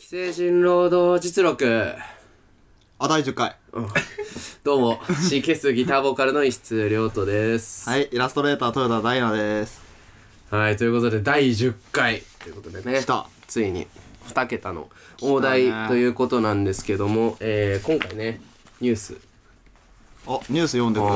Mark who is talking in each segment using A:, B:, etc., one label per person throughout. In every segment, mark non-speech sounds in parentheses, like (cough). A: 成人労働実録。
B: あ、第10回。
A: どうも、神経質ギターボーカルの石津亮斗です。
B: はい、イラストレーター、豊田大奈です。
A: はい。ということで、第10回ということでね
B: 来。た。
A: ついに、2桁の大台
B: 来たね
A: ということなんですけども、えー、今回ね、ニュース。
B: お、ニュース読んでる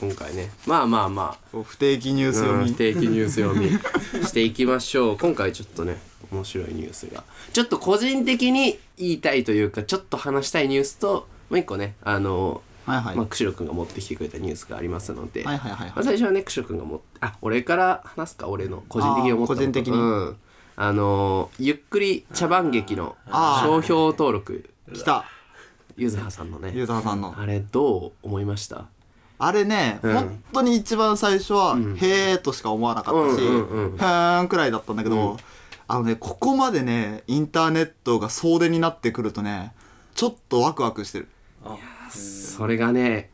A: 今回ね、まあまあまあ、
B: お不定期ニュー
A: う
B: ス読
A: ん
B: み。
A: 不定期ニュース読み (laughs) していきましょう。今回ちょっとね、面白いニュースが。ちょっと個人的に言いたいというか、ちょっと話したいニュースと、もう一個ね、あの、
B: はいはい。
A: まあ、
B: は
A: 釧路くんが持ってきてくれたニュースがありますので、
B: いはいはい
A: ま
B: は
A: あ、
B: い。
A: 最初はね釧路くんが持ってあ俺から話すか俺の個人的に思ったこと
B: あー個人的に
A: うん、あのーゆっくり茶番劇の
B: あー
A: 商標登録
B: 来た。
A: ゆずはさんの
B: ゆ
A: ね
B: うたさんの。
A: あれどう思いました
B: あれね、
A: うん
B: 本当に一番最初は、へーとしか思わなかったし、
A: う
B: へ
A: んうんうん
B: ーんくらいだったんだけど、あのね、ここまでね、インターネットが総出になってくるとね、ちょっとワクワクしてる。
A: それがね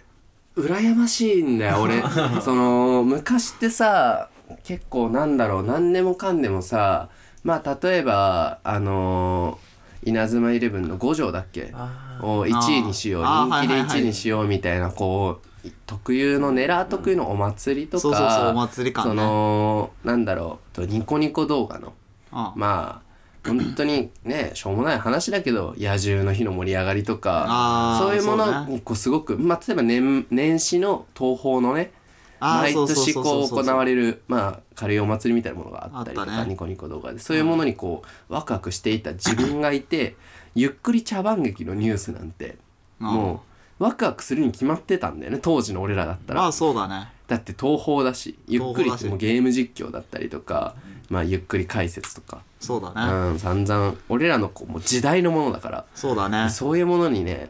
A: 羨ましいんだよ
B: (laughs)
A: 俺その昔ってさ結構なんだろう何でもかんでもさまあ例えばあのー稲妻イレブンの五条だっけを1位にしよう
B: あー
A: 人気で
B: はいはいはい
A: 1位にしようみたいなこう特有のネラー特有のお祭りとか
B: そうそうそうお祭り感ね
A: そのなんだろうとニコニコ動画の
B: あ
A: まあ本当にねしょうもない話だけど野獣の日の盛り上がりとか
B: あー
A: そういうも
B: そう
A: の
B: ね
A: にこうすごく、まあ、例えば年年始の東宝のね
B: あー
A: 毎
B: そうそう
A: 年
B: そう
A: こ
B: そう
A: う
B: そう
A: 行われるまあ軽いお祭りみたいなものがあったりと
B: あっ
A: か、
B: たね
A: ニコニコ動画でそういうものにこうワクワクしていた自分がいてゆっくり茶番劇のニュースなんて
B: うん
A: もうワクワクするに決まってたんだよね当時の俺らだったら
B: まあそうだね。
A: だって東宝だしゆっくり
B: 東宝だし
A: もうゲーム実況だったりとか、まあ、ゆっくり解説とか、
B: そうだね。
A: うん、散々俺らのこうもう時代のものだか
B: そうだね
A: ら。そういうものにね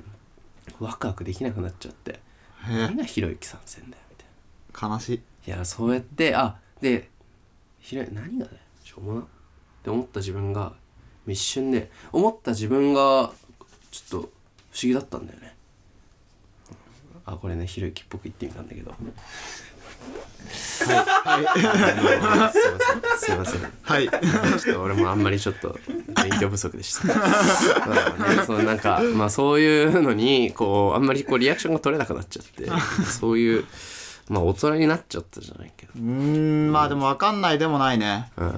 A: ワクワクできなくなっちゃって
B: へー
A: 何がひろゆき参戦だよみたい
B: 悲しい。
A: ないやそうやってあでひろゆ何がねしょうもなって思った自分が一瞬ね思った自分がちょっと不思議だったんだよねあこれねひろゆきっぽく言ってみたんだけど (laughs) すいませんすいません
B: はい。
A: ちょっと俺もあんまりちょっと勉強不足でした。まあねそうなんかまあそういうのにこうあんまりこうリアクションが取れなくなっちゃって、そういうまあ大人になっちゃったじゃないけど。
B: うーんまあでも分かんないでもないね
A: うん。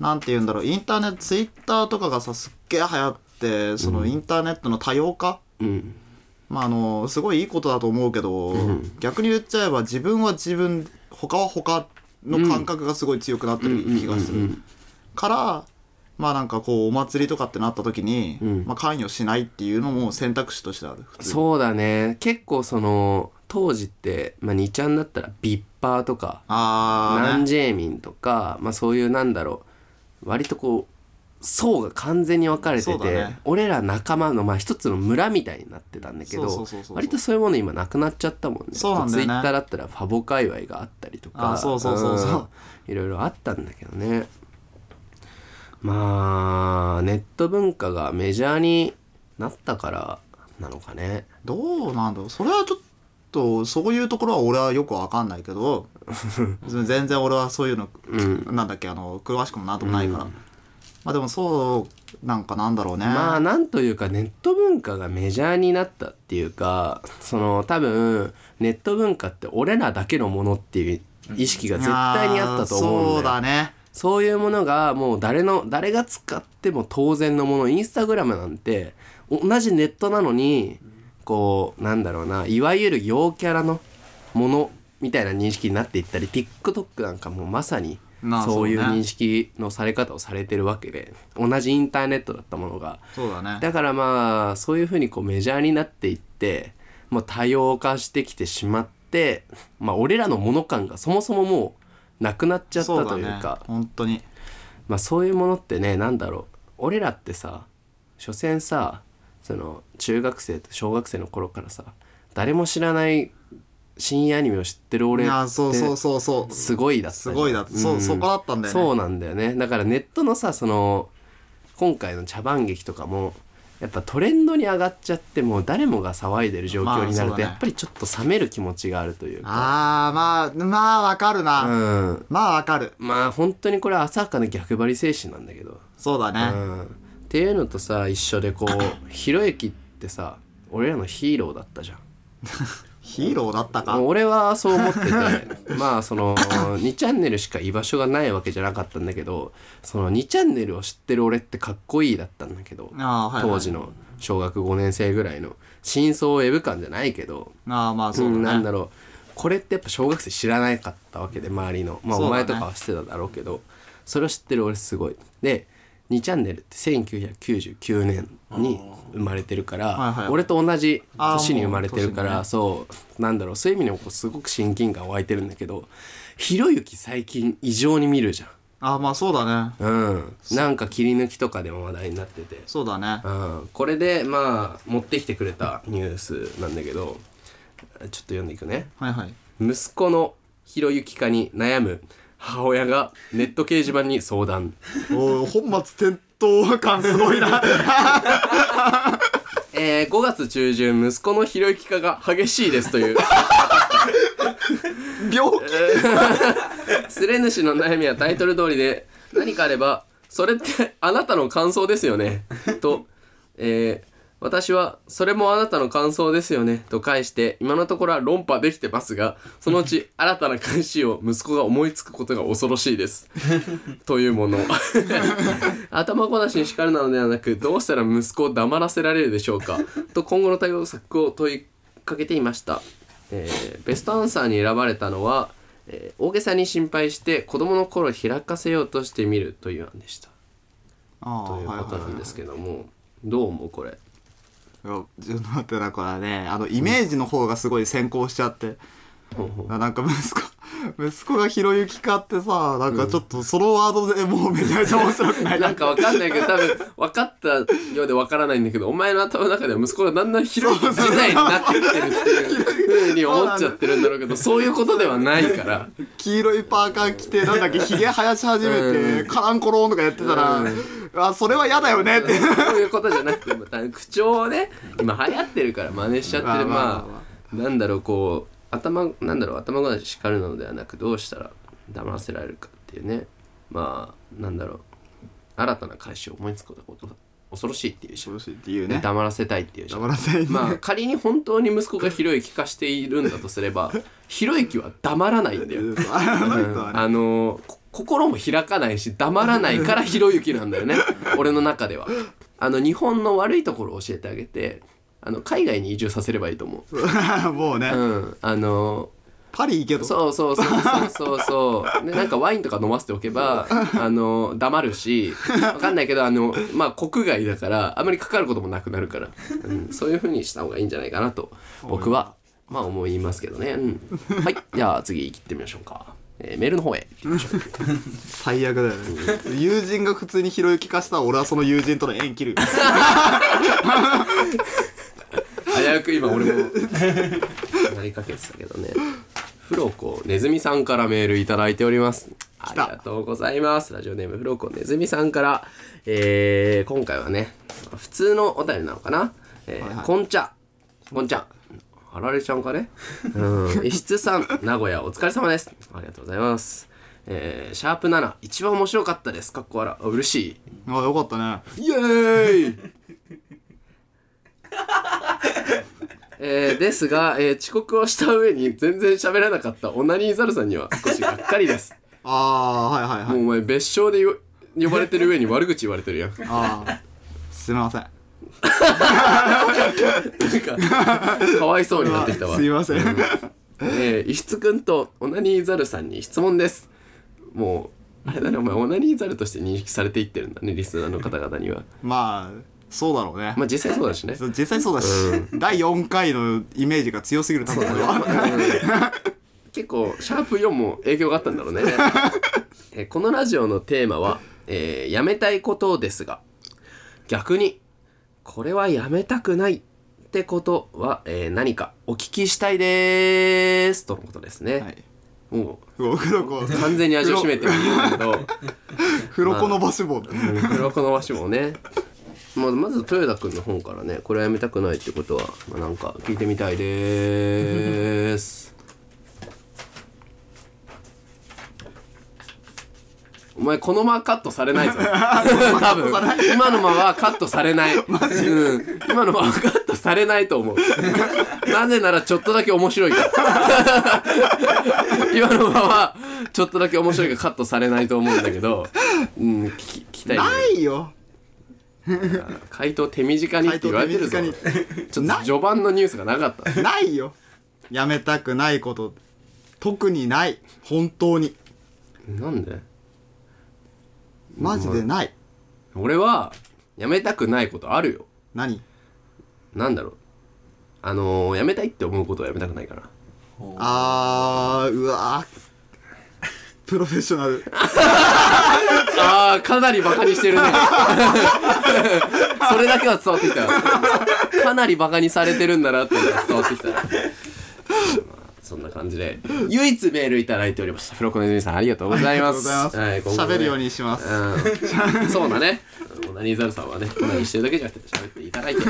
B: なんて言うんだろうインターネットツイッターとかがさすっげえ流行ってそのインターネットの多様化、
A: うん。
B: まああのすごいいいことだと思うけど、逆に言っちゃえば自分は自分他は他の感覚がすごい強くなってる気がする、からまあなんかこうお祭りとかってなった時に、
A: ん
B: まあ、関与しないっていうのも選択肢としてある普通
A: そうだね。結構その当時ってまあ2ちゃんだったらビッパーとかナ
B: ああ、
A: ン
B: ね、
A: ジェーミンとかまあそういうなんだろう割とこう。層が完全に分かれて
B: そうだ
A: て、
B: ね
A: 俺ら仲間のまあ一つの村みたいになってたんだけど
B: そうそうそうそう
A: 割とそういうもの今なくなっちゃったもんね
B: そうなんだよね
A: ツイッターだったらファボ界隈があったりとか
B: あそうそうそうそうん
A: いろいろあったんだけどねまあネット文化がメジャーになったからなのかね
B: どうなんだろうそれはちょっとそういうところは俺はよく分かんないけ
A: (laughs)
B: ど全然俺はそういうの
A: うん
B: なんだっけあの詳しくもなんともないから、まあでもそうなんかなんだろうね
A: まあなんというかネット文化がメジャーになったっていうかその多分ネット文化って俺らだけのものっていう意識が絶対にあったと思うんだよ
B: あーそうだね
A: そういうものがもう誰の誰が使っても当然のものインスタグラムなんて同じネットなのにこうなんだろうないわゆる陽キャラのものみたいな認識になっていったり TikTok なんかもまさに
B: まあ
A: そういう
B: そうね
A: 認識のされ方をされてるわけで同じインターネットだったものが
B: そうだね
A: だからまあそういうふうにこうメジャーになっていってもう多様化してきてしまってまあ俺らのもの感がそもそももうなくなっちゃった
B: そうだ
A: という
B: ね
A: か
B: 本当に
A: まあそういうものってねなんだろう俺らってさ所詮さその中学生と小学生の頃からさ誰も知らない深夜アニメを知ってる
B: い
A: 俺
B: や
A: って
B: そうそうそうそう
A: すごいだったじ
B: す
A: ゃん
B: ごいだ、そうそこだったんだよね
A: そうなんだよねだからネットのさその今回の茶番劇とかもやっぱトレンドに上がっちゃってもう誰もが騒いでる状況になる
B: まあそう
A: と
B: だね
A: やっぱりちょっと冷める気持ちがあるというか、
B: ああまあまあわかるな、
A: うん、
B: まあわかる
A: まあ本当にこれは浅はかな逆張り精神なんだけど
B: そうだね、
A: うんっっていうのとさ一緒でこうひろゆきってさ俺らのヒーローだったじゃん
B: ヒーローだったか
A: 俺はそう思って
B: (laughs)
A: てまあその2チャンネルしか居場所がないわけじゃなかったんだけどその2チャンネルを知ってる俺ってかっこいいだったんだけど
B: ああはいはい
A: 当時の小学5年生ぐらいの真相ウェブ感じゃないけど
B: ああまあ
A: う
B: そうんだ
A: なん
B: ね
A: だろうこれってやっぱ小学生知らなかったわけで周りのまあ
B: そうだね
A: お前とかは知ってただろうけどそれを知ってる俺すごいで2チャンネルって1999年に生まれてるから、
B: はいはい
A: 俺と同じ
B: あー
A: 年に生まれてるか
B: もう年だ
A: ら、
B: ね
A: そうなんだろうそういう意味でもこうすごく親近感湧いてるんだけどひろゆき最近異常に見るじゃん。
B: ああまあそうだね
A: うん、なんか切り抜きとかでも話題になってて
B: そうだね
A: うん、これでまあ持ってきてくれたニュースなんだけどちょっと読んでいくね
B: はいはい
A: 息子のひろゆき化に悩む母親がネット掲示板に相談
B: おー本末転倒感すごいな
A: えー、5月中旬息子のひろゆき化が激しいですという
B: (laughs) 病
A: すれ主の悩みはタイトル通りで何かあればそれってあなたの感想ですよねと、えー私はそれもあなたの感想ですよねと返して今のところは論破できてますがそのうち新たな返しを息子が思いつくことが恐ろしいですというもの (laughs) 頭ごなしに叱るなのではなくどうしたら息子を黙らせられるでしょうかと今後の対応策を問いかけていました、えーベストアンサーに選ばれたのは、えー大げさに心配して子供の頃開かせようとしてみるという案でした
B: ああ
A: という
B: はい
A: こと
B: は
A: なん
B: い
A: ですけども、どう思うこれ
B: いやちょっと待ってなこれはねあのイメージの方がすごい先行しちゃって、
A: ほうほう
B: なんか息子 (laughs) 息子がひろゆきかってさなんかちょっとそのワードでもうめちゃめちゃ面白くない
A: なんかわかんないけど多分分かったようで分からないんだけどお前の頭の中では息子がだんだん広い時代になってってるっていうふうに思っちゃってるんだろう
B: (laughs)
A: けどそういうことではないから
B: 黄色いパーカー着てなんだっけひげ生やし始めてカランコロンとかやってたら、あそれは嫌だよねって
A: そういうことじゃなくてまた口調をね今流行ってるから真似しちゃってる
B: まあまあまあ
A: まあなんだろうこう頭なんだろう頭ごなしに叱るのではなくどうしたら黙らせられるかっていうねまあなんだろう新たな返しを思いつくことが恐ろしいっていうし
B: 恐ろしいっていうね
A: 黙らせたいっていうし
B: 黙らせない
A: まあ仮に本当に息子がひろゆき化しているんだとすれば (laughs) ひろゆきは黙らないんだよ、うん
B: (laughs) あの人はね
A: あのーこ心も開かないし黙らないからひろゆきなんだよね俺の中ではあの日本の悪いところを教えてあげてあの海外に移住させればいいと思
B: (laughs) もうね、
A: ううんあのー
B: パリ行けと
A: そうそうそうそうそうそうでなんかワインとか飲ませておけばあの黙るしわかんないけどあのまあ国外だからあまりかかることもなくなるから、うん、そういうふうにした方がいいんじゃないかなと僕はまあ思いますけどね、うん、はいじゃあ次行ってみましょうか、えーメールの方へ
B: 最悪だよね友人が普通にひろゆき化したら俺はその友人との縁切る
A: 危うく今俺 (laughs) もなりかけてたけどねフロコネズミさんからメールいただいておりますあり
B: た
A: がとうございますラジオネームフロコネズミさんから、えー、今回はね普通のお便りなのかな、えー
B: はいはい
A: こんちゃこんちゃんあられちゃんかねうん石津さん名古屋お疲れ様ですありがとうございますえー、シャープ7一番面白かったですかっこ笑うあ嬉しい
B: あよかったね
A: イエーイ (laughs) えーですが、えー遅刻をした上に全然喋らなかったオナニーザルさんには少しがっかり (laughs) です。
B: ああーはいはいはい
A: もうお前別称でよ呼ばれてる上に悪口言われてるやん。なん
B: ああすみません
A: か、 (laughs) かわいそうになってきたわ。
B: すみません、
A: えー、石津くんとオナニーザルさんに質問ですもうあれだねお前オナニーザルとして認識されていってるんだねリスナーの方々には
B: (laughs) まあそうだろうね、
A: まあ実際そうだしね
B: そう実際そうだし、第4回のイメージが強すぎる多分これは
A: 結構シャープ4も影響があったんだろう
B: (laughs)
A: ねえこのラジオのテーマは、えーやめたいことですが逆にこれはやめたくないってことは、えー何かお聞きしたいですとのことですね、
B: はい
A: も
B: 僕のこ
A: う完全に味を占めてるんだけ
B: (laughs)
A: ど
B: うロコの場所も
A: 黒子のわしもねまあまず豊田君の方からねこれはやめたくないってことは、まあ、なんか聞いてみたいでーすお前このままカットされない (laughs) ぞ多分今のままカットされない、 (laughs) うん、今のままカットされないと思う (laughs) なぜならちょっとだけ面白いから (laughs) 今のままちょっとだけ面白いからカットされないと思うんだけど、うん、聞き聞きたいね
B: ないよ
A: 回答手短にって言われてるぞ
B: 回答手
A: ちょっと序盤のニュースがなかった
B: ないよやめたくないこと特にない本当に
A: なんで
B: マジでない
A: 俺はやめたくないことあるよ
B: 何
A: なんだろうあのー、やめたいって思うことはやめたくないから
B: あーうわープロフェッショナル
A: あーかなりバカにしてるね (laughs) それだけは伝わってきたかなりバカにされてるんだなっていうのが伝わってきた、まあ、そんな感じで唯一メールいただいておりましたフロコネズミさんありがとうございます
B: ありがとうございます
A: は今後もね
B: 喋るようにします
A: うん、そうだねオナニーザルさんはねオナニーしてるだけじゃなくて喋っていただいて、え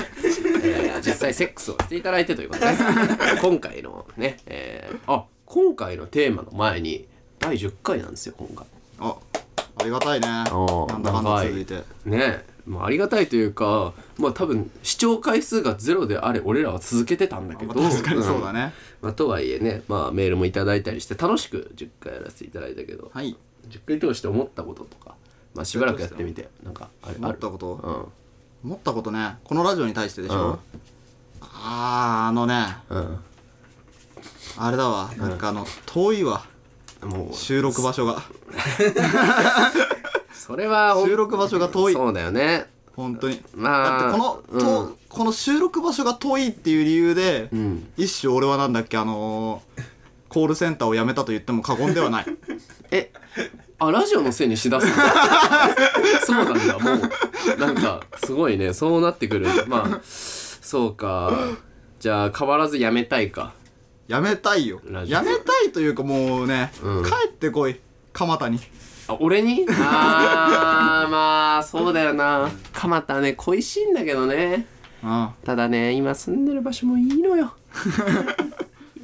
A: ー実際セックスをしていただいてということで、ね、今回のね、えーあ今回のテーマの前に第10回なんですよ今回。
B: あありがたいねなん
A: おー
B: だかんだ続いて
A: ねえ、まあ、ありがたいというかまあ多分視聴回数がゼロであれ俺らは続けてたんだけど、
B: まあ確かにそうだ
A: ん
B: ね
A: まあ、とはいえね、まあ、メールもいただいたりして楽しく10回やらせていただいたけど、
B: はい
A: 10回通して思ったこととか、まあ、しばらくやってみてなんかあれ
B: 思
A: あ
B: っ
A: る
B: たこと
A: うん
B: 思ったことねこのラジオに対してでしょ、
A: うん
B: あーあのねあれだわなんかあの遠いわ
A: うん、もう
B: 収録場所が
A: それはほん
B: 収録場所が遠い
A: そうだよね
B: 本当に
A: まあ
B: だってこの、と
A: うん
B: この収録場所が遠いっていう理由で、
A: ん
B: 一種俺はなんだっけあのーコールセンターを辞めたと言っても過言で
A: (laughs)
B: はない
A: えあラジオのせいにしだす
B: (laughs)
A: のそうなんだもうなんかすごいねそうなってくるまあそうかじゃあ変わらずやめたいか
B: 辞めたいよ辞
A: ラ
B: め
A: ジオ
B: たいというかもうね、
A: うん
B: 帰ってこい蒲田に
A: あ俺
B: (laughs)
A: にあーまあそうだよな蒲田ね恋しいんだけどね
B: うん
A: ただね今住んでる場所もいいの
B: (laughs)
A: よ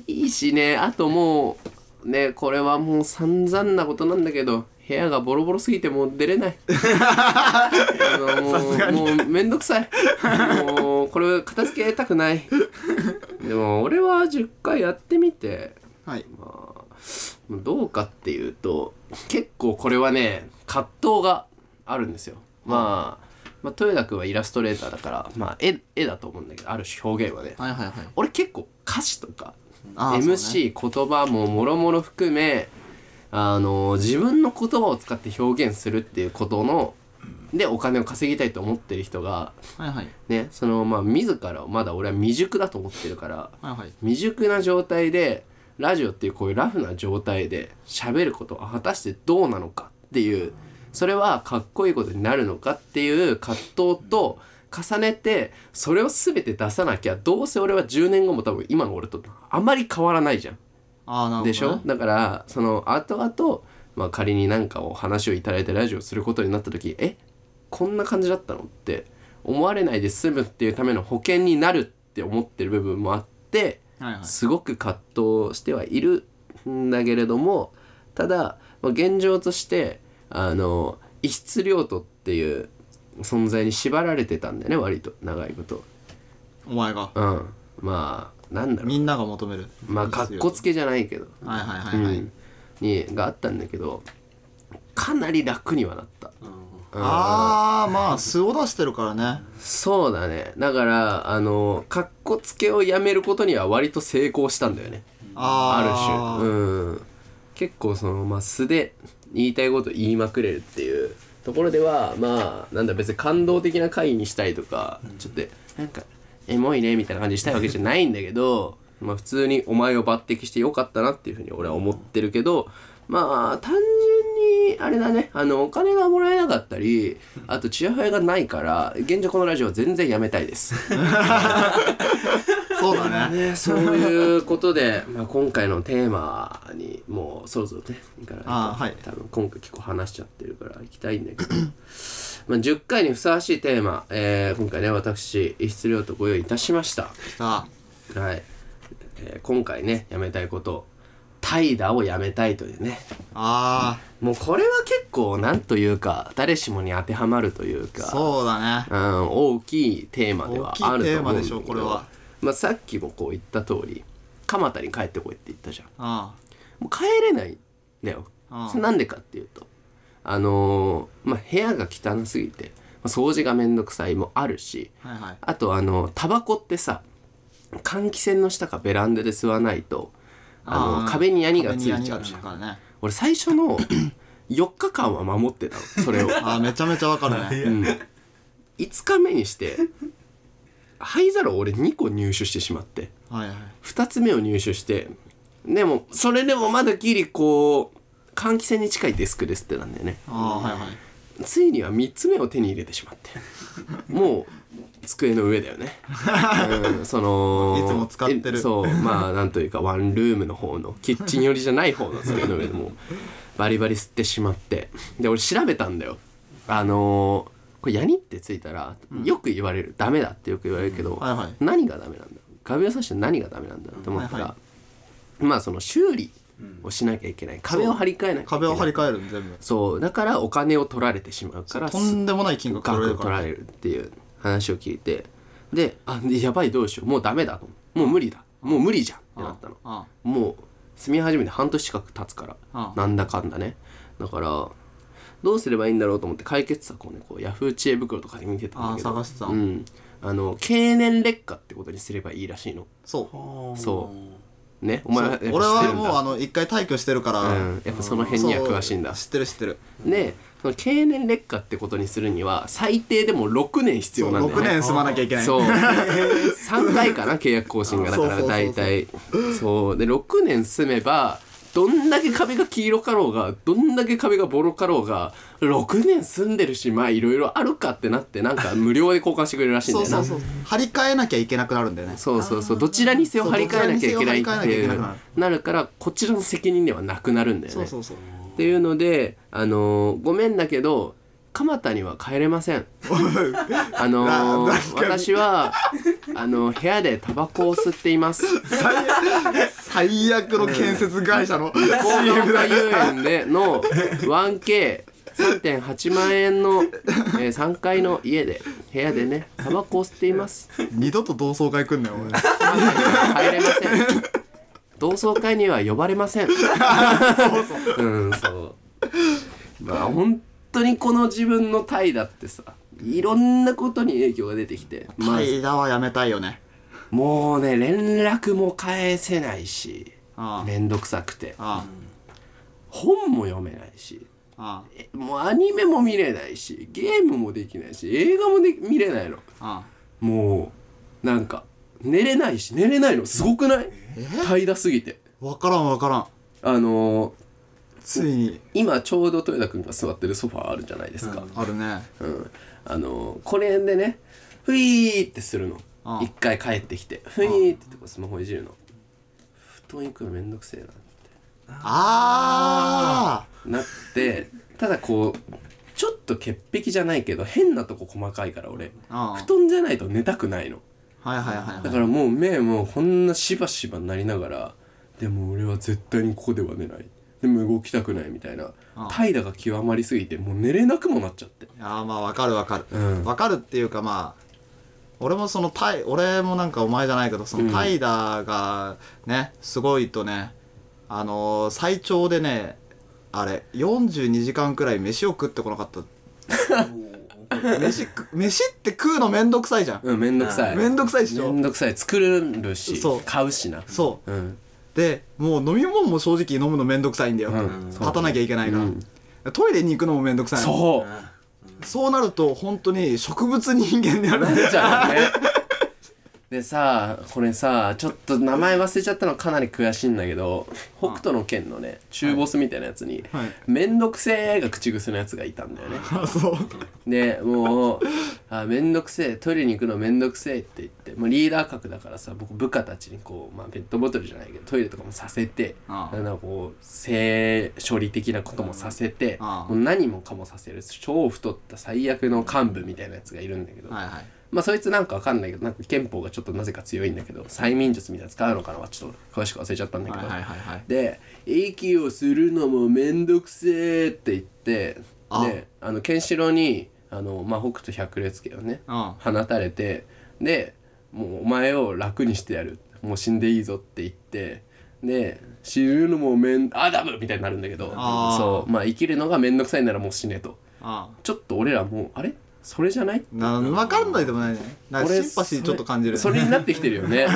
A: いいしねあともうねこれはもう散々なことなんだけど部屋がボロボロすぎてもう出れない
B: (laughs)
A: あのも
B: すが
A: う
B: に
A: もうめんどくさいもうこれ片付けたくないでも俺は10回やってみて
B: はい
A: どうかっていうと結構これはね葛藤があるんですよ。まあ、まあ、豊田君はイラストレーターだから、まあ、絵絵だと思うんだけどある種表現はね
B: はいはいはい
A: 俺結構歌詞とか
B: あーそうね
A: MC、言葉ももろもろ含めあの自分の言葉を使って表現するっていうことのでお金を稼ぎたいと思ってる人が
B: はいはい
A: ねそのまあ自らをまだ俺は未熟だと思ってるから
B: はいはい
A: 未熟な状態でラジオっていうこういうラフな状態で喋ることは果たしてどうなのかっていうそれはかっこいいことになるのかっていう葛藤と重ねてそれを全て出さなきゃどうせ俺は10年後も多分今の俺とあまり変わらないじゃん。
B: ああなるほど、ね、
A: でしょだからその後々、まあ、仮になんかお話をいただいてラジオをすることになった時えこんな感じだったのって思われないで済むっていうための保険になるって思ってる部分もあって。
B: はいはい
A: すごく葛藤してはいるんだけれどもただ、まあ、現状としてあの異質領土っていう存在に縛られてたんだよね割と長いこと。
B: お前が
A: うん、まあなんだろう
B: みんなが求める
A: まあかっこつけじゃないけど、
B: はいはいはいはい、
A: うんにがあったんだけどかなり楽にはなった。
B: ああまあ素を出してるからね
A: そうだねだからあのかっこつけをやめることには割と成功したんだよね。あ
B: あ
A: る種、うん、結構その、まあ、素で言いたいこと言いまくれるっていうところではまあなんだ別に感動的な回にしたいとか、ちょっとなんかエモいねみたいな感じにしたいわけじゃないんだけどまあ普通にお前を抜擢してよかったなっていうふうに俺は思ってるけどまあ単純にあれだねあのお金がもらえなかったりあとチヤホヤがないから現状このラジオは全然やめたいです。
B: る種そうだね
A: ね、そういうことで、 (laughs) まあ、今回のテーマにもうそろそろねいかないと
B: あーはい
A: 多分今回結構話しちゃってるから行きたいんだけど (coughs) まあ10回にふさわしいテーマ、えー今回ね私一質量とご用意いたしました
B: さあ
A: はい、えー今回ねやめたいこと怠惰をやめたいというね
B: あ
A: もうこれは結構なんというか誰しもに当てはまるというか
B: そうだね
A: うん、大きいテーマではあると思うんだけど
B: 大きいテーマでしょこれは
A: まあ、さっきもこう言った通り蒲田に帰ってこいって言ったじゃん
B: あ
A: もう帰れないんだよ
B: あ
A: それなんでかっていうとあのーまあ、部屋が汚すぎてまあ掃除がめんどくさいもあるし
B: あはいはい
A: あとあのタバコってさ換気扇の下かベランダで吸わないとあの
B: ー
A: 壁にヤニがついちゃうじゃん
B: 壁にヤニがつくからね
A: 俺最初の4日間は守ってたのそれを
B: ああめちゃめちゃわかるね
A: うん、5日目にして灰皿を俺2個入手してしまって
B: はいはい
A: 2つ目を入手してでもそれでもまだギリこう換気扇に近いデスクですってなんだよね
B: ああはいはい
A: ついには3つ目を手に入れてしま
B: (laughs)
A: ってもう机の上だよね、うん、その
B: (laughs) いつも使ってる
A: えそうまあなんというかワンルームの方のキッチン寄りじゃない方の机の上でもうバリバリ吸ってしまってで俺調べたんだよあのーこれヤニってついたらよく言われる、ダメだってよく言われるけど、
B: はいはい
A: 何がダメなんだ画面を指して何がダメなんだろうと思ったら、
B: はいは
A: まあその修理をしなきゃいけない壁を張り替えなきゃいけない
B: 壁を張り替えるの全部
A: そうだからお金を取られてしまうから
B: とんでもない金額取ら
A: 額
B: れる
A: を
B: か
A: 取
B: ら
A: られるっていう話を聞いてであでやばいどうしようもうダメだともう無理だもう無理じゃんってなったの
B: あ
A: もう住み始めて半年近く経つから
B: あ
A: なんだかんだねだからどうすればいいんだろうと思って解決策をねこうヤフー知恵袋とかで見てたん
B: あ
A: だ
B: あ
A: けど
B: 探してた
A: うんあの経年劣化ってことにすればいいらしいの
B: そう
A: そうねお前はやっぱ知って
B: 俺は
A: るん
B: もう
A: だ
B: あの一回退去してるから
A: うんやっぱその辺には詳しいんだ
B: そう知ってる知ってる
A: でその経年劣化ってことにするには最低でも6年必要なんだよ
B: 6
A: ね
B: 年住まなきゃいけない
A: そう3回かな契約更新がだか
B: そう
A: ら
B: そうそうそう
A: 大体そうで6年住めばどんだけ壁が黄色かろうがどんだけ壁がボロかろうが6年住んでるしまあいろいろあるかってなってなんか無料で交換してくれるらしいんだ
B: そう
A: よ
B: そ
A: な
B: うそう張り替えなきゃいけなくなるんだよね
A: そうそうそうどちらにせよ張り替えなきゃいけないってい
B: そうどちらにせよ張り替えなきゃいけな
A: う
B: く
A: な
B: な
A: るからこちらの責任ではなくなるんだよね
B: そうそうそう
A: っていうので、あのーごめんだけど蒲田には帰れま
B: (laughs)
A: せん。あのー
B: ななんか
A: 私はあの部屋でタバコを吸ってい
B: (laughs)
A: ます。
B: 最悪の建設会
A: (laughs)
B: 社の CM
A: 高
B: だ
A: が遊園での 1K。3.8万円の、えー、3階の家で部屋でねタバコを吸っています
B: 二度と同窓会来んなよお前
A: 帰れません同窓会には呼ばれませんうんそうまあ本当にこの自分の怠惰ってさいろんなことに影響が出てきて、まあ
B: タ、イダはやめたいよね
A: もうね連絡も返せないし
B: ああ
A: めんどくさくて
B: あ
A: 本も読めないし
B: あ
A: えもうアニメも見れないしゲームもできないし映画もでき見れないの
B: あ
A: もうなんか寝れないし寝れないのすごくない怠惰すぎて
B: あ分からん分からん
A: あのー
B: ついに
A: 今ちょうど豊田君が座ってるソファーあるじゃないですか、
B: あるね
A: うんあのーこれでねふいーってするの
B: ああ
A: 一回帰ってきてふいーってこうスマホいじるの布団行くのめんどくせえな
B: あ
A: なって (laughs) ただこうちょっと潔癖じゃないけど変なとこ細かいから俺
B: ああ
A: 布団じゃないと寝たくないの
B: あはいはいはい
A: だ
B: はい
A: からもう目もこんなしばしばなりながらでも俺は絶対にここでは寝ないでも動きたくないみたいな
B: あ
A: 怠惰が極まりすぎてもう寝れなくもなっちゃって
B: ああまあ分かる分かる
A: うん
B: 分かるっていうかまあ俺もそのタイ俺もなんかお前じゃないけどそ
A: うん
B: のタイダーがねすごいとねあのー最長でねあれ42時間くらい飯を食ってこなか
A: (laughs)
B: った飯食飯って食うのめんどくさいじゃん
A: うんめんどくさい
B: めんどくさいっし
A: め
B: ょ
A: んどくさい作るし
B: そう
A: 買うしな
B: そう
A: うん
B: でもう飲み物も正直飲むのめんどくさいんだよ、
A: うん
B: 立たなきゃいけないから、
A: うん
B: トイレに行くのもめんどくさいの
A: そう
B: そうなると本当に植物人間になる
A: なっちゃうよねでさこれさちょっと名前忘れちゃったのかなり悔しいんだけど北斗の拳のね中ボスみたいなやつに
B: はい
A: 「めんどくせえ」が口癖のやつがいたんだよね
B: あ (laughs) そう
A: でもう「あめんどくせえトイレに行くのめんどくせえ」って言ってもうリーダー格だからさ僕部下たちにこう、まあ、ペットボトルじゃないけどトイレとかもさせて
B: ああ
A: なんかこう性処理的なこともさせて
B: ああ
A: もう何もかもさせる超太った最悪の幹部みたいなやつがいるんだけど
B: はいはい
A: まあそいつなんかわかんないけどなんか憲法がちょっとなぜか強いんだけど催眠術みたいなの使うのかなちょっと詳しく忘れちゃったんだけ
B: はい
A: ど、
B: はいはいはい
A: で「息をするのもめんどくせえ」って言って
B: あ
A: であのケンシロウにあの、まあ、北斗百裂家をね
B: ああ
A: 放たれてでもうお前を楽にしてやるもう死んでいいぞって言ってで死ぬのもめんアダムみたいになるんだけど
B: あー
A: そうまあ生きるのがめんどくさいならもう死ねと
B: あ
A: ちょっと俺らもうあれそれじゃない
B: あな分かんないでもないねなんか
A: 俺
B: シンパシーちょっと感じる
A: それそれになってきてるよ
B: (laughs)
A: ね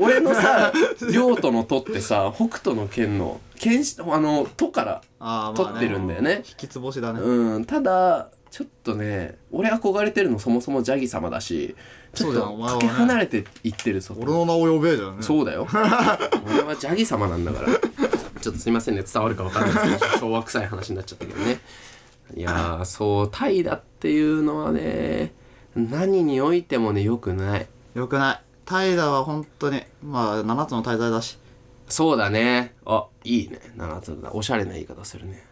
A: 俺のさ領土のとってさ北斗の剣の剣士あの「と」から
B: ああ
A: 取ってるんだよね
B: 引きつぼしだね
A: うんただちょっとね俺憧れてるのそもそもジャギ様だしちょっ
B: そうだよお
A: と
B: 前は
A: かけ
B: ね
A: 離れていってるぞ
B: 俺の名を呼べじゃんね
A: そうだよ俺はジャギ様なんだからちょっとすいませんね伝わるか分かんないですけど昭和臭い話になっちゃったけどねいやーそうタイだっていうのはね何においてもね良くない
B: よくない怠惰は本当にまあ7つの大罪だし
A: そうだね。あ、いいね。7つだ。おしゃれな言い方するね。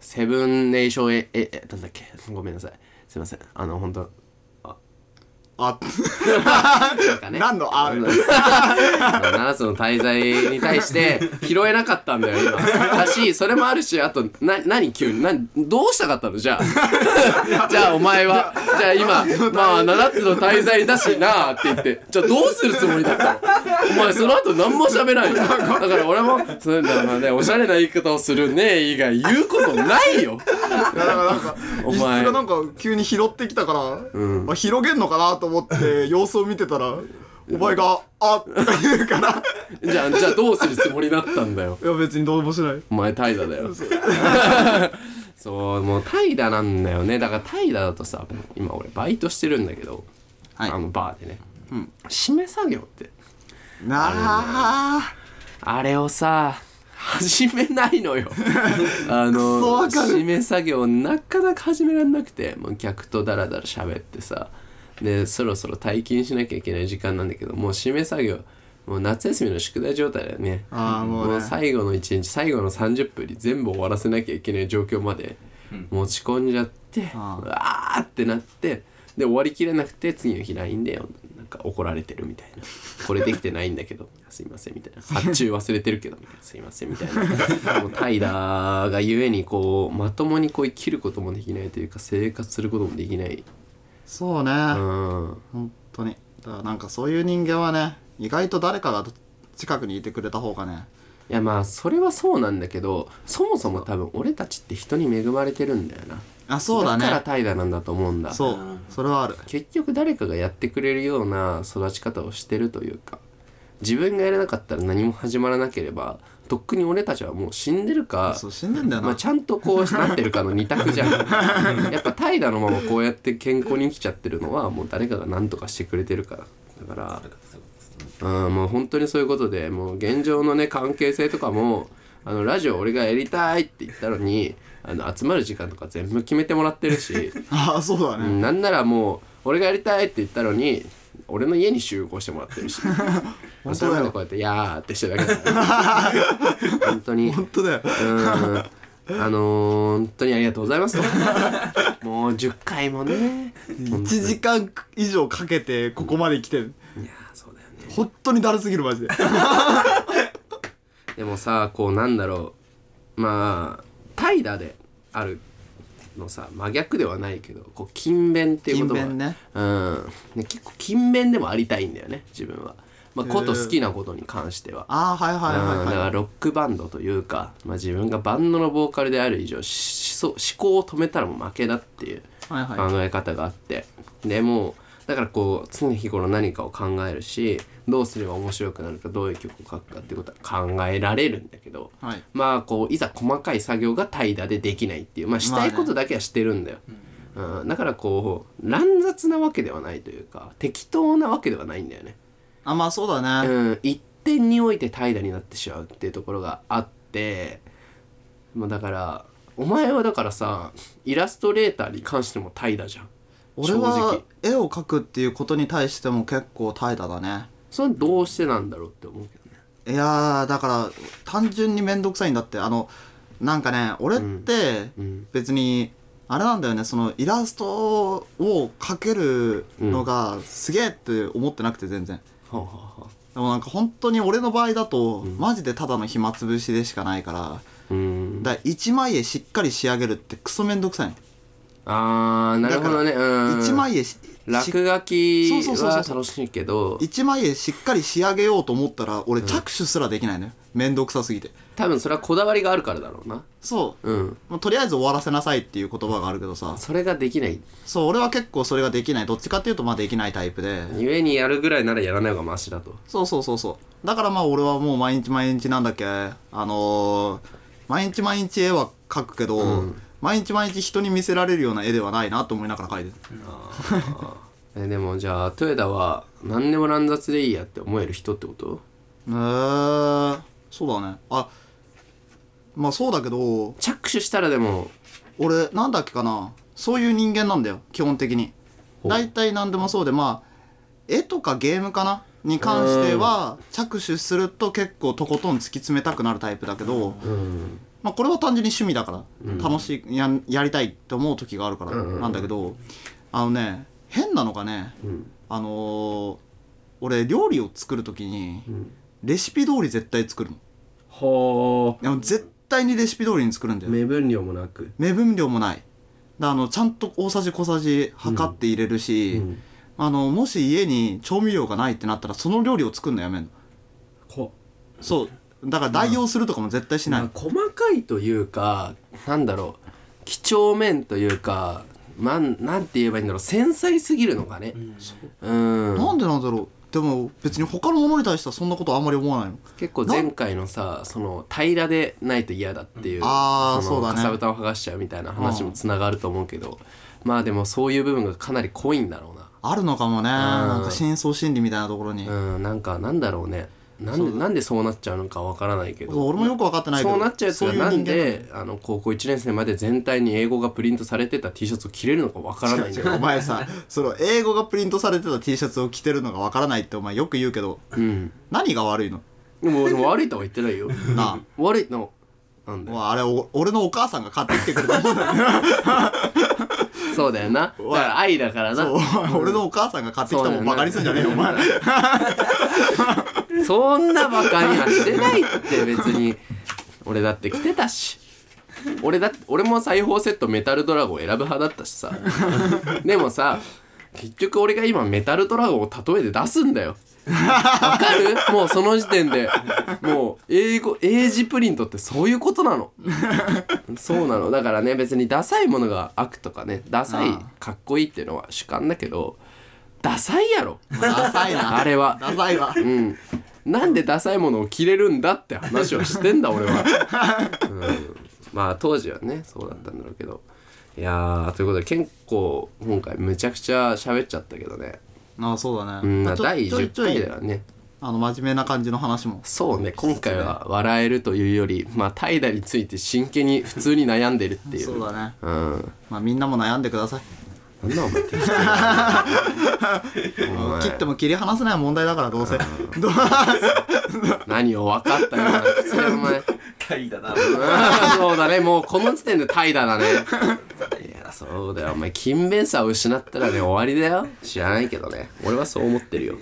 A: セブンネーションえ、え、え、なんだっけごめんなさい。すいません。あの、ほんと。
B: あ
A: なんかね。
B: 何のあ
A: うん7つの滞在に対して拾えなかったんだよ、今。だし、それもあるし、あと、な、何急に、な、どうしたかったのじゃあ。 (laughs) じゃあ、お前は。じゃあ、今、まあ、7つの滞在だしなあって言って、じゃあ、どうするつもりだったのお前、その後何も喋らない。だから、俺も、そうだまあね、おしゃれな言い方をするね以外言うことないよ。
B: いやだからなん (laughs) か
A: お
B: 輸出
A: 前
B: がなんか急に拾ってきたから、まあ、広げんのかなと思 (laughs) って様子を見てたらお前が「あっ」って言うから
A: じゃあ、じゃあ、どうするつもりだったんだよ。
B: いや別にどうもしない
A: お前怠惰だよそうもう怠惰なんだよねだから怠惰だとさ今俺バイトしてるんだけど、
B: はい
A: あのバーでね、締め作業って
B: なあ
A: あれをさ始めないの
B: (laughs)
A: よあ
B: そ
A: の
B: わかる
A: 締め作業なかなか始められなくてもう客とダラダラ喋ってさでそろそろ退勤しなきゃいけない時間なんだけどもう締め作業もう夏休みの宿題状態だよね
B: ああ
A: も
B: もう
A: う
B: ね
A: 最後の1日最後の30分に全部終わらせなきゃいけない状況まで持ち込んじゃって、う
B: ああ
A: わーってなってで終わりきれなくて次の日 LINE でなんか怒られてるみたいな「これできてないんだけど (laughs) すいません」みたいな「発注忘れてるけど」みたいな「すいません」みたいな
B: (laughs)
A: もう怠惰がゆえにこうまともにこう生きることもできないというか生活することもできない
B: そうね、
A: うん
B: 本当にだからなんかそういう人間はね意外と誰かが近くにいてくれた方がね
A: いやまあそれはそうなんだけどそもそも多分俺たちって人に恵まれてるんだよな
B: あそうだね
A: から怠惰なんだと思うんだ
B: そうそれはある
A: 結局誰かがやってくれるような育ち方をしてるというか自分がやらなかったら何も始まらなければとっくに俺たちはもう死んでるか
B: そう死んでんだよな、
A: まあ、ちゃんとこうなってるかの二択じゃんやっぱ怠惰のままこうやって健康に生きちゃってるのはもう誰かが何とかしてくれてるからだからうんもう本当にそういうことでもう現状のね関係性とかもあのラジオ俺がやりたいって言ったのにあの集まる時間とか全部決めてもらってるし、
B: (laughs) ああそうだ
A: う
B: ね、
A: んなんならもう俺がやりたいって言ったのに俺の家に集合してもらってるし
B: (laughs) 本
A: そ
B: 当
A: れま
B: だ
A: で
B: よ
A: こうやって「やー」ってしてるだけだから
B: (laughs)
A: 本当に
B: 本当だよ
A: うんあのー、本当にありがとうございますと
B: (laughs)
A: もう10回もね
B: 1時間以上かけてここまで来てる
A: いやーそうだよね
B: 本当にだるすぎるマジで
A: でもさこうなんだろうまあ怠惰であるのさ真逆ではないけどこう勤勉っていう言葉
B: 勤勉ね
A: うん、ね結構勤勉でもありたいんだよね自分は、まあ、こと
B: へー
A: 好きなことに関しては
B: ああはいはい
A: うんだ
B: はい
A: か
B: は
A: ら
B: い
A: ロックバンドというか、まあ、自分がバンドのボーカルである以上し思想思考を止めたらもう負けだっていう
B: はいはい
A: 考え方があって、でもうだからこう常日頃何かを考えるしどうすれば面白くなるかどういう曲を書くかってことは考えられるんだけど、
B: はい
A: まあこういざ細かい作業が怠惰でできないっていうまあしたいことだけはしてるんだよ、うん、だからこう乱雑なわけではないというか適当なわけではないんだよね。
B: あまあそうだね、
A: うん、一点において怠惰になってしまうっていうところがあってもうだからお前はだからさイラストレーターに関しても怠惰じゃん
B: 俺
A: 正
B: は
A: 直
B: 絵を描くっていうことに対しても結構怠惰だね
A: それはどうしてなんだろうって思うけどね
B: いやーだから単純に面倒くさいんだってあのなんかね俺って別にあれなんだよねそのイラストを描けるのがすげえって思ってなくて全然、
A: はあはあはあ
B: でもなんか本当に俺の場合だと、マジでただの暇つぶしでしかないから
A: うん
B: だから1枚絵しっかり仕上げるってクソめんどくさいの、
A: あーなるほどねうん
B: 一枚絵しし
A: 落書き
B: そうそうそう
A: は
B: そう
A: 楽しいけど
B: 一枚絵しっかり仕上げようと思ったら俺着手すらできないのよめんどくさすぎて
A: 多分それはこだわりがあるからだろうな
B: そう
A: うん
B: まあとりあえず終わらせなさいっていう言葉があるけどさ
A: それができない
B: そう俺は結構それができないどっちかっていうとまあできないタイプで
A: ゆえにやるぐらいならやらない方がマシだと
B: そうそうそうそうだからまあ俺はもう毎日毎日なんだっけあのー毎日毎日絵は描くけど、毎日毎日人に見せられるような絵ではないなと思いながら描いてる
A: えでもじゃあトヨタは何でも乱雑でいいやって思える人ってこと
B: へえー、そうだねあまあそうだけど
A: 着手したらでも
B: 俺なんだっけかなそういう人間なんだよ基本的に
A: ほう
B: 大体何でもそうでまあ絵とかゲームかなに関しては着手すると結構とことん突き詰めたくなるタイプだけど、
A: うん
B: まあ、これは単純に趣味だから、楽しいやんやりたいって思う時があるから
A: うんうんうん
B: なんだけど、あのね変なのがね、
A: うん
B: あのー俺料理を作る時に
A: ん
B: レシピ通り絶対作るの
A: はい
B: や絶対にレシピ通りに作るん
A: あ
B: だよ
A: 目分量もなく
B: 目分量もないだからあのちゃんと大さじ小さじ測って入れるし、
A: うん
B: あのもし家に調味料がないってなったらその料理を作るのやめんの
A: こ
B: そうだから代用するとかも絶対しない、
A: まあ細かいというかなんだろう几帳面というかまんなんて言えばいいんだろう繊細すぎるのかねうん
B: なんでなんだろうでも別に他のものに対してはそんなことあんまり思わないの
A: 結構前回のさその平らでないと嫌だっていう
B: あー
A: の
B: そうだね
A: かさぶたを剥がしちゃうみたいな話もつながると思うけどまあでもそういう部分がかなり濃いんだろうな
B: あるのかもね、なんか深層心理みたいなところに、
A: うんなんかなんだろうねなんでなんでそうなっちゃうのかわからないけど
B: 俺もよく分かってないけど
A: そうなっちゃうやつがなん
B: そういう
A: であの高校1年生まで全体に英語がプリントされてた T シャツを着れるのかわからないんだ
B: 人間
A: よ
B: なの (laughs) お前さその英語がプリントされてた T シャツを着てるのが分からないってお前よく言うけど
A: うん
B: 何が悪いの
A: でもでも悪いとは言ってないよ
B: な
A: 悪いのなんだ
B: あも
A: よ
B: うあれお俺のお母さんが買ってきてくれたもんだ
A: (laughs)
B: よ
A: そうだよなだから愛だからな
B: そう俺のお母さんが買ってきたもんバカにすんじゃねえよお前
A: そんなバカにはしてないって別に俺だって着てたし俺だって俺も裁縫セットメタルドラゴン選ぶ派だったしさでもさ結局俺が今メタルドラゴンを例えて出すんだよわかるもうその時点でもう英語英字プリントってそういうことなのそうなのだからね別にダサいものが悪とかねダサい
B: ああ
A: かっこいいっていうのは主観だけどダサいやろ
B: ダサいな
A: (laughs) あれは
B: ダサいわ
A: うん、なんでダサいものを着れるんだって話をしてんだ俺
B: (laughs)
A: は、うん、まあ当時はねそうだったんだろうけどいやーということで結構今回むちゃくちゃ喋っちゃったけどね、
B: ああそうだ
A: う
B: ね、
A: ん、
B: まあちょ
A: 第
B: ちょいち
A: 10
B: ょ
A: 回
B: い
A: だよね
B: あの真面目な感じの話も
A: そうね今回は笑えるというよりまあ怠惰について真剣に普通に悩んでるっていう
B: そうだね
A: うん
B: まあみんなも悩んでください
A: なんだお前適当だなお前
B: 切っても切り離せない問題だからどうせ (laughs) どう
A: (laughs) 何を分かったような口でお前
C: 怠惰
A: う
C: な
A: んそうだねもうこの時点で怠惰だねいやそうだよお前勤勉さを失ったらね終わりだよ知らないけどね俺はそう思ってるよ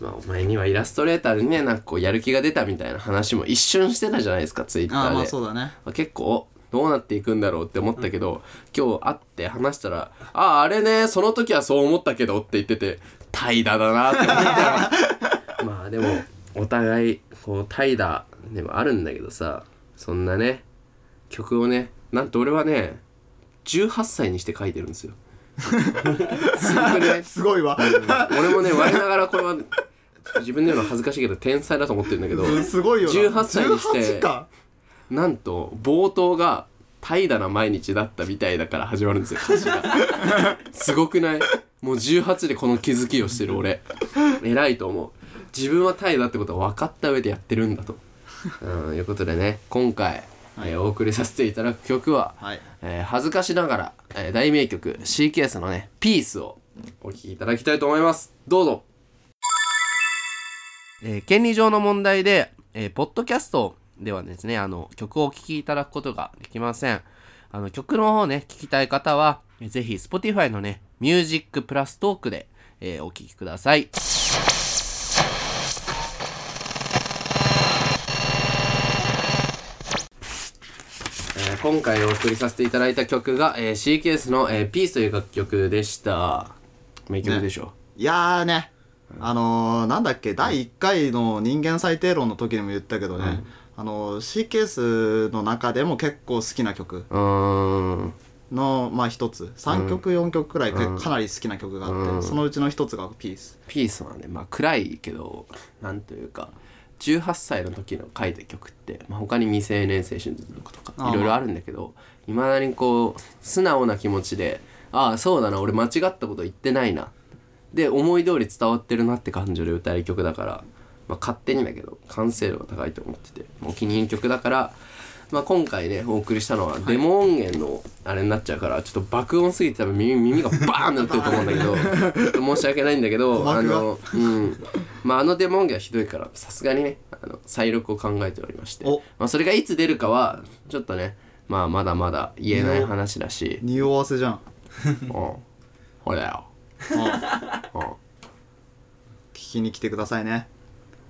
A: まあお前にはイラストレーターでねなんかこうやる気が出たみたいな話も一瞬してたじゃないですかツイッタ
B: ああま
A: ー
B: あ
A: で
B: そうだね
A: まあ結構どうなっていくんだろうって思ったけど、今日会って話したら「あああれねその時はそう思ったけど」って言ってて怠惰だなって思 (laughs) ったらまあでもお互いこう怠惰でもあるんだけどさそんなね曲をねなんと俺はね18歳にして書いてるん (laughs) ですよ。すごくね
B: すごいわ
A: 俺もね我ながらこれは自分で言うのは恥ずかしいけど天才だと思ってるんだけど
B: うんすごいよな
A: 18歳にして
B: 18か
A: なんと冒頭が怠惰な毎日だったみたいだから始まるんですよ歌詞がすごくないもう18でこの気づきをしてる俺偉いと思う自分は怠惰ってことは分かった上でやってるんだとうんいうことでね今回、えーお送りさせていただく曲は、
B: はい
A: えー恥ずかしながら、えー大名曲 CKS のね「ピースをお聴きいただきたいと思いますどうぞえー権利上の問題で、えーポッドキャストではですね、あの、曲をお聴きいただくことができません。あの曲の方ね、聞きたい方は、えぜひ Spotify のね、ミュージックプラストークで、えーお聴きください。えー今回お送りさせていただいた曲が、えー、CKS の、えー、ピースという楽曲でした。名曲でしょう。
B: いやーね、あのー、なんだっけ、第1回の人間最低論の時にも言ったけどね、あのー、CKS の中でも結構好きな曲
A: うーん。
B: の、まあ一つ、3曲、4曲くらいかかなり好きな曲があって、そのうちの一つがピース。
A: ピースはね、まあ暗いけど、なんというか、18歳の時の書いた曲って、まあ、他に未成年青春のことと
B: あ
A: か
B: あ
A: いろいろあるんだけどいまだにこう素直な気持ちでああそうだな俺間違ったこと言ってないなで思い通り伝わってるなって感情で歌える曲だから、まあ、勝手にだけど完成度が高いと思っててもうお気に入りの曲だから、まあ、今回ねお送りしたのはデモ音源のあれになっちゃうからちょっと爆音すぎて多分耳耳がバーンなってると思うんだけどちょっと申し訳ないんだけど
B: 鼓
A: あ
B: 膜が
A: の、うんまあ、あのデモ音源はひどいからさすがにねあの再録を考えておりまして
B: お
A: まあ、それがいつ出るかはちょっとね、まあ、まだまだ言えない話だし、
B: 匂わせじゃ (laughs) ん。
A: うん、ほらよ、
B: うん
A: うん、
B: 聞きに来てくださいね。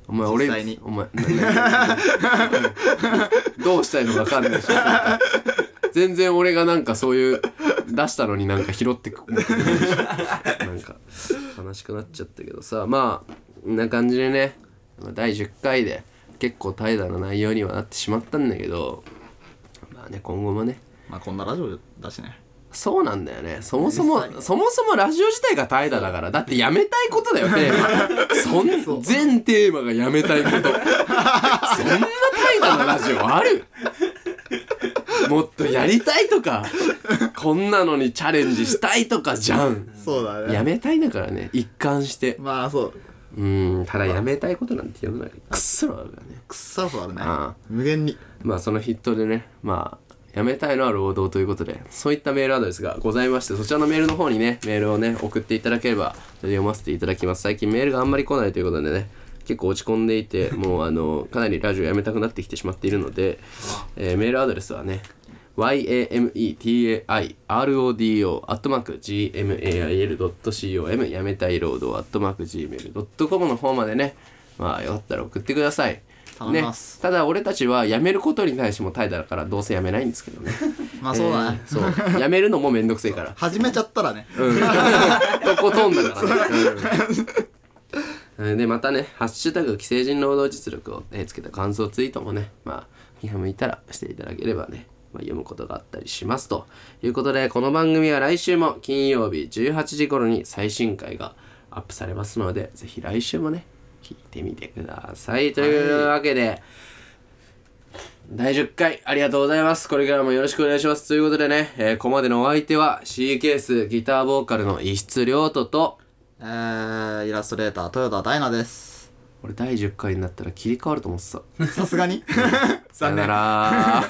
A: お前俺
B: 実際に
A: お前なな (laughs) どうしたいのか分かんないしなんか全然俺がなんかそういう出したのになんか拾ってく持ってくるしなんか悲しくなっちゃったけどさまあこんな感じでね第10回で結構怠惰な内容にはなってしまったんだけどまあね今後もね
B: まあこんなラジオだしね。
A: そうなんだよね。そもそも、そもそもラジオ自体が怠惰だから。だってやめたいこと (laughs) だよ、テーマ。そん、全テーマがやめたいこと。そんな怠惰なラジオあるもっとやりたいとか、こんなのにチャレンジしたいとかじゃん。
B: そうだね。
A: やめたいだからね、一貫して。
B: まあそう。
A: うん、ただやめたいことなんて世の中にくっそろあるからね。
B: くっさそうあるね
A: ああ。
B: 無限に。
A: まあその筆頭でね、まあ、やめたいのは労働ということで、そういったメールアドレスがございまして、そちらのメールの方にね、メールをね、送っていただければ、それで読ませていただきます。最近メールがあんまり来ないということでね、結構落ち込んでいて、もうあの、かなりラジオやめたくなってきてしまっているので、えーメールアドレスはね、yametairodo.gmail.com やめたい労働 .gmail.com の方までね、まあよかったら送ってください。
B: 頼みます
A: ね、ただ俺たちは辞めることに対しても怠惰だからどうせ辞めないんですけどね。
B: (laughs) まあそうだね
A: え。ーそう。辞めるのもめんどくせえから。
B: 始めちゃったらね。
A: うん。とことんだからね。うんでまたね「ハッシュタグ既成人労働実力」を、えーつけた感想ツイートもねまあ気が向いたらしていただければね、まあ、読むことがあったりしますということでこの番組は来週も金曜日18時頃に最新回がアップされますのでぜひ来週もね聞いてみてくださいというわけで、第10回ありがとうございます。これからもよろしくお願いします。ということでね、えーここまでのお相手は C ケースギターボーカルの石津亮斗と
B: えー、イラストレーター豊田大奈です。 (laughs)
A: 俺第10回になったら切り替わると思ってた。
B: さすがに
A: さよなら。